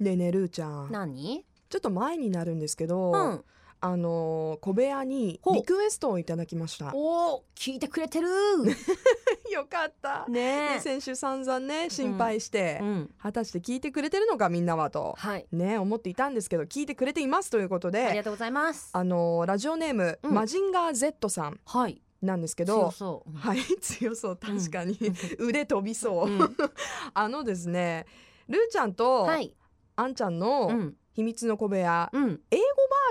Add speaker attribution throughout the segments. Speaker 1: ねえねえるーちゃん
Speaker 2: 何
Speaker 1: ちょっと前になるんですけど、
Speaker 2: うん。
Speaker 1: あのー小部屋に
Speaker 2: ほう
Speaker 1: リクエストをいただきました
Speaker 2: おお、聞いてくれて る。
Speaker 1: よかった、
Speaker 2: ね
Speaker 1: ね先週散々ね心配して、
Speaker 2: うん。
Speaker 1: 果たして聞いてくれてるのかみんなはと
Speaker 2: はい。
Speaker 1: ね思っていたんですけど聞いてくれていますということ
Speaker 2: あり
Speaker 1: で
Speaker 2: がとうございます。
Speaker 1: あのーラジオネーム、
Speaker 2: うん
Speaker 1: マジンガー Z さん
Speaker 2: はい。
Speaker 1: なんですけ
Speaker 2: 強
Speaker 1: ど
Speaker 2: そう。うん
Speaker 1: はい強そう確かに、腕飛び そう、
Speaker 2: うん
Speaker 1: あのですねるーちゃんと
Speaker 2: はい。
Speaker 1: あんちゃん
Speaker 2: う
Speaker 1: の
Speaker 2: ん。
Speaker 1: 秘密の小部屋、
Speaker 2: うん。
Speaker 1: バ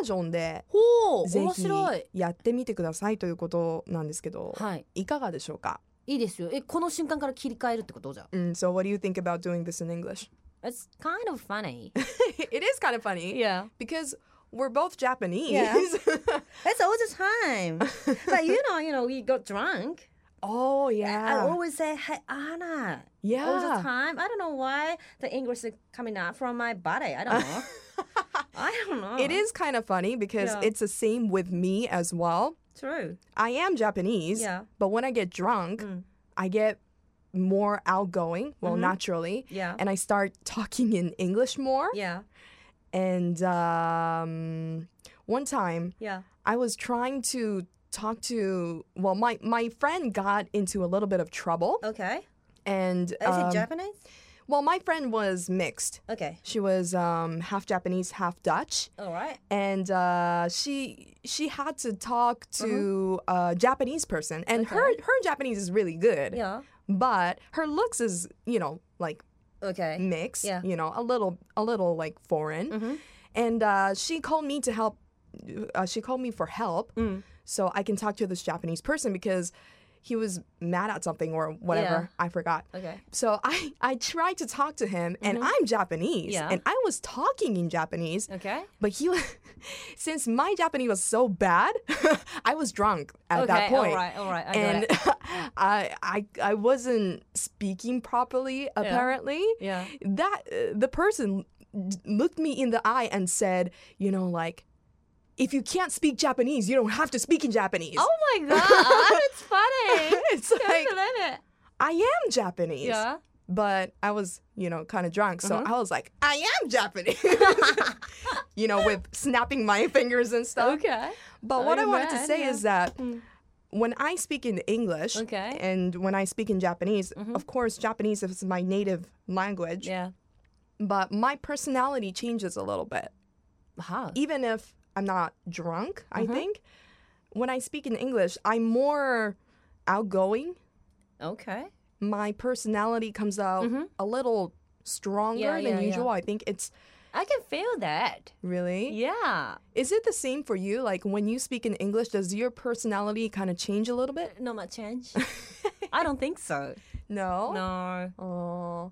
Speaker 1: ージョンで
Speaker 2: ほう、
Speaker 1: ぜ
Speaker 2: 面
Speaker 1: ひ
Speaker 2: 白い。
Speaker 1: やってみてくださいということなんですけど、
Speaker 2: はい。
Speaker 1: い、かがでしょうか、
Speaker 2: いいですよ。え、この瞬間から切り替えるってことじゃん。
Speaker 1: うん、So what do you think about doing this in English?
Speaker 2: It's kind of funny.
Speaker 1: It is kind of funny
Speaker 2: Yeah.
Speaker 1: because we're both Japanese.
Speaker 2: Yeah. It's all the time. But you know, you know, we got drunk.
Speaker 1: oh yeah.
Speaker 2: always say, "Hey, Anna."
Speaker 1: Yeah.
Speaker 2: time. I don't know why the English is coming out from my body. I don't know. I don't know.
Speaker 1: It is kind of funny because
Speaker 2: Yeah.
Speaker 1: it's the same with me as well.
Speaker 2: true.
Speaker 1: I am Japanese,
Speaker 2: Yeah.
Speaker 1: but when I get drunk,
Speaker 2: Mm.
Speaker 1: I get more outgoing, well,
Speaker 2: Mhm.
Speaker 1: naturally,
Speaker 2: Yeah.
Speaker 1: and I start talking in English more.
Speaker 2: Yeah.
Speaker 1: And um, one time,
Speaker 2: Yeah.
Speaker 1: I was trying to talk to well my my friend got into a little bit of trouble
Speaker 2: Okay.
Speaker 1: and
Speaker 2: Is
Speaker 1: um,
Speaker 2: it Japanese?
Speaker 1: well my friend was mixed
Speaker 2: Okay.
Speaker 1: she was um, half japanese half dutch
Speaker 2: All right.
Speaker 1: and uh, she she had to talk to a japanese person and her her japanese is really good
Speaker 2: Mm-hmm. Yeah.
Speaker 1: but her looks is you know like
Speaker 2: Okay.
Speaker 1: mixed
Speaker 2: Yeah.
Speaker 1: you know a little a little like foreign
Speaker 2: Mhm.
Speaker 1: and uh, she called me to help uh, she called me for help
Speaker 2: Mm.
Speaker 1: so I can talk to this Japanese person because he was mad at something or whatever. I forgot.
Speaker 2: Okay.
Speaker 1: So I, I tried to talk to him, and I'm Japanese,
Speaker 2: Mm-hmm. Yeah.
Speaker 1: and I was talking in Japanese,
Speaker 2: Okay.
Speaker 1: but he was, since my Japanese was so bad, I was drunk at that
Speaker 2: okay.
Speaker 1: point.
Speaker 2: All right. All right. I got
Speaker 1: And
Speaker 2: it.
Speaker 1: I, I I wasn't speaking properly apparently.
Speaker 2: Yeah.
Speaker 1: That uh, the person looked me in the eye and said, you know, like, if you can't speak Japanese, you don't have to speak in Japanese.
Speaker 2: Oh my god, it's funny.
Speaker 1: it's
Speaker 2: Can't
Speaker 1: like
Speaker 2: believe it.
Speaker 1: I am Japanese.
Speaker 2: Yeah. Uh-huh.
Speaker 1: But I was, you know, kind of drunk, so I was like, I am Japanese. you know, with snapping my fingers and stuff.
Speaker 2: Okay.
Speaker 1: But what I wanted to
Speaker 2: Alright,
Speaker 1: say
Speaker 2: yeah. Mm.
Speaker 1: is that when I speak in English
Speaker 2: Okay. Mm-hmm.
Speaker 1: and when I speak in Japanese, of course, Japanese is my native language,
Speaker 2: Yeah.
Speaker 1: but my personality changes a little bit.
Speaker 2: Wow.
Speaker 1: Even if I'm not drunk, I
Speaker 2: Mm-hmm.
Speaker 1: think when I speak in English, I'm more outgoing.
Speaker 2: Okay.
Speaker 1: my personality comes out a little stronger
Speaker 2: Mm-hmm. Yeah, yeah,
Speaker 1: than
Speaker 2: yeah.
Speaker 1: usual. I think it's
Speaker 2: I can feel that.
Speaker 1: really.
Speaker 2: Yeah.
Speaker 1: Is it the same for you? Like when you speak in English, does your personality kind of change a little bit?
Speaker 2: No much change. I don't think so.
Speaker 1: No.
Speaker 2: No.
Speaker 1: No. Oh.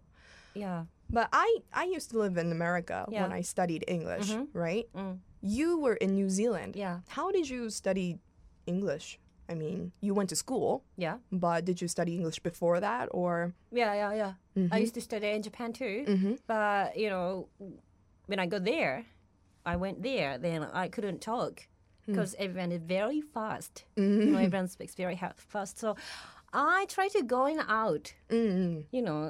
Speaker 2: Yeah.
Speaker 1: But I I used to live in America
Speaker 2: Yeah.
Speaker 1: when I studied English, right?
Speaker 2: Mm.
Speaker 1: You were in New Zealand.
Speaker 2: Yeah.
Speaker 1: How did you study English? I mean, you went to school,
Speaker 2: Yeah.
Speaker 1: but did you study English before that or
Speaker 2: Yeah, yeah, yeah.
Speaker 1: Mm-hmm.
Speaker 2: I used to study in Japan too, but you know, when I got there, I went there. Then I couldn't talk
Speaker 1: Hmm.
Speaker 2: because everyone is very fast. You know,
Speaker 1: Mm-hmm.
Speaker 2: everyone speaks very ha- fast. So I try to going out,
Speaker 1: Mm.
Speaker 2: you know,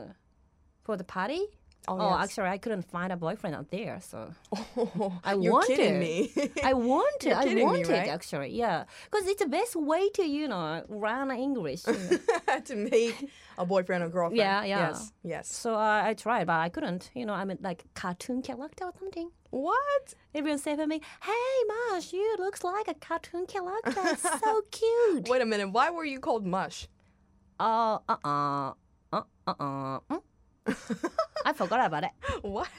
Speaker 2: for the party.
Speaker 1: Oh,
Speaker 2: oh
Speaker 1: yes.
Speaker 2: actually, I couldn't find a boyfriend out there, so I
Speaker 1: You're
Speaker 2: wanted.
Speaker 1: kidding me.
Speaker 2: I wanted,
Speaker 1: You're kidding
Speaker 2: I
Speaker 1: me,
Speaker 2: wanted
Speaker 1: right?
Speaker 2: actually, yeah, because it's the best way to you know learn English. you know.
Speaker 1: to make a boyfriend or girlfriend.
Speaker 2: Yeah, yeah.
Speaker 1: Yes, yes.
Speaker 2: so I, I tried, but I couldn't. You know, I'm a, like cartoon character or something.
Speaker 1: What?
Speaker 2: Everyone say for me, "Hey, Marsh, you looks like a cartoon character. It's so cute."
Speaker 1: Wait a minute. Why were you called Mush?
Speaker 2: Oh, uh, uh, uh, uh, uh. mm. I forgot about it.
Speaker 1: What?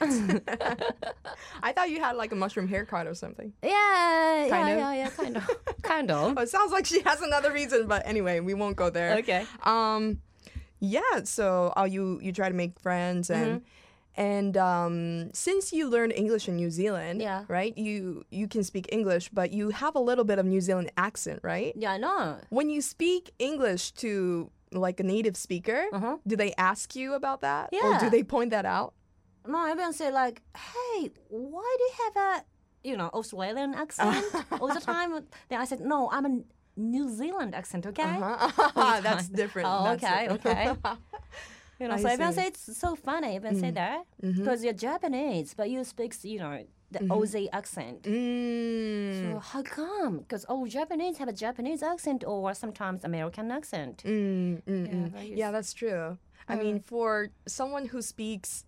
Speaker 1: I thought you had like a mushroom haircut or something.
Speaker 2: Yeah,
Speaker 1: Kind
Speaker 2: yeah,
Speaker 1: of.
Speaker 2: yeah, yeah, kind of, kind of.
Speaker 1: Oh, it sounds like she has another reason, but anyway, we won't go there.
Speaker 2: Okay.
Speaker 1: Um, yeah. So, oh, you you try to make friends and.
Speaker 2: Mm-hmm.
Speaker 1: And um, since you learned English in New Zealand,
Speaker 2: Yeah.
Speaker 1: right? You you can speak English, but you have a little bit of New Zealand accent, right?
Speaker 2: Yeah, I know.
Speaker 1: When you speak English to like a native speaker,
Speaker 2: Uh-huh.
Speaker 1: do they ask you about that? Or do
Speaker 2: Yeah.
Speaker 1: they point that out?
Speaker 2: No, everyone say like, "Hey, why do you have a, you know, Australian accent all the time?" Then I said, "No, I'm a New Zealand accent. Okay."
Speaker 1: Uh-huh. Huh? That's different.
Speaker 2: Oh,
Speaker 1: That's
Speaker 2: okay,
Speaker 1: different.
Speaker 2: okay. You know,
Speaker 1: I
Speaker 2: so everyone
Speaker 1: see. Mm.
Speaker 2: says it's so funny. Everyone say that
Speaker 1: Mm-hmm.
Speaker 2: because you're Japanese, but you speak, you know, the Aussie accent.
Speaker 1: Mm.
Speaker 2: So how come? Because all oh, Japanese have a Japanese accent or sometimes American accent.
Speaker 1: Mm, mm,
Speaker 2: Yeah,
Speaker 1: mm.
Speaker 2: that
Speaker 1: yeah,
Speaker 2: is-
Speaker 1: that's true. I mean, for someone who speaks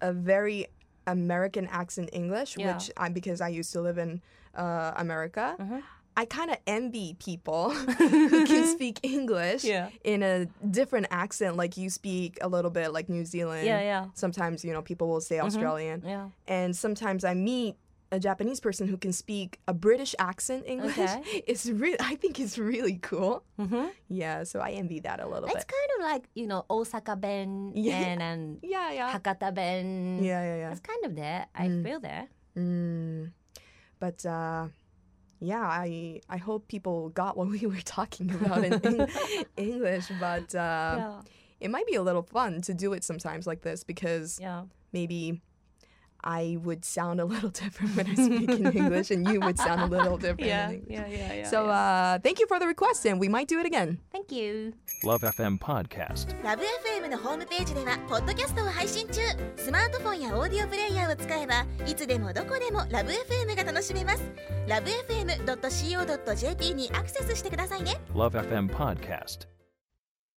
Speaker 1: a very American accent English,
Speaker 2: Yeah.
Speaker 1: which I because I used to live in uh, America,
Speaker 2: Uh-huh.
Speaker 1: I kind of envy people who can speak English
Speaker 2: Yeah.
Speaker 1: in a different accent. Like you speak a little bit like New Zealand.
Speaker 2: Yeah, Uh-huh. yeah.
Speaker 1: Sometimes you know people will say Australian,
Speaker 2: Yeah.
Speaker 1: and sometimes I meet. A Japanese person who can speak a British accent English
Speaker 2: Okay.
Speaker 1: It's really, I think it's really cool.
Speaker 2: Mm-hmm.
Speaker 1: Yeah, so I envy that a little
Speaker 2: It's
Speaker 1: bit.
Speaker 2: kind of like you know Osaka ben
Speaker 1: Yeah.
Speaker 2: and and
Speaker 1: Yeah, yeah.
Speaker 2: Hakata ben.
Speaker 1: Yeah, yeah, yeah.
Speaker 2: It's kind of there. I feel there.
Speaker 1: Mm. But uh, yeah, I I hope people got what we were talking about in Eng- English. But uh,
Speaker 2: yeah.
Speaker 1: it might be a little fun to do it sometimes like this because
Speaker 2: Yeah.
Speaker 1: maybe I would sound a little different when I speak in English, and you would sound a little different. in English.
Speaker 2: yeah, yeah.
Speaker 1: So uh, thank you for the request, and we might do it again.
Speaker 2: thank you.
Speaker 3: Love FM Podcast.
Speaker 4: ラブ f m のホームページではポッドキャストを配信中スマートフォンやオーディオプレイヤーを使えばいつでもどこでもラブ f m が楽しめますラブ FM.co.jp にアクセスしてくださいね
Speaker 3: Love FM Podcast.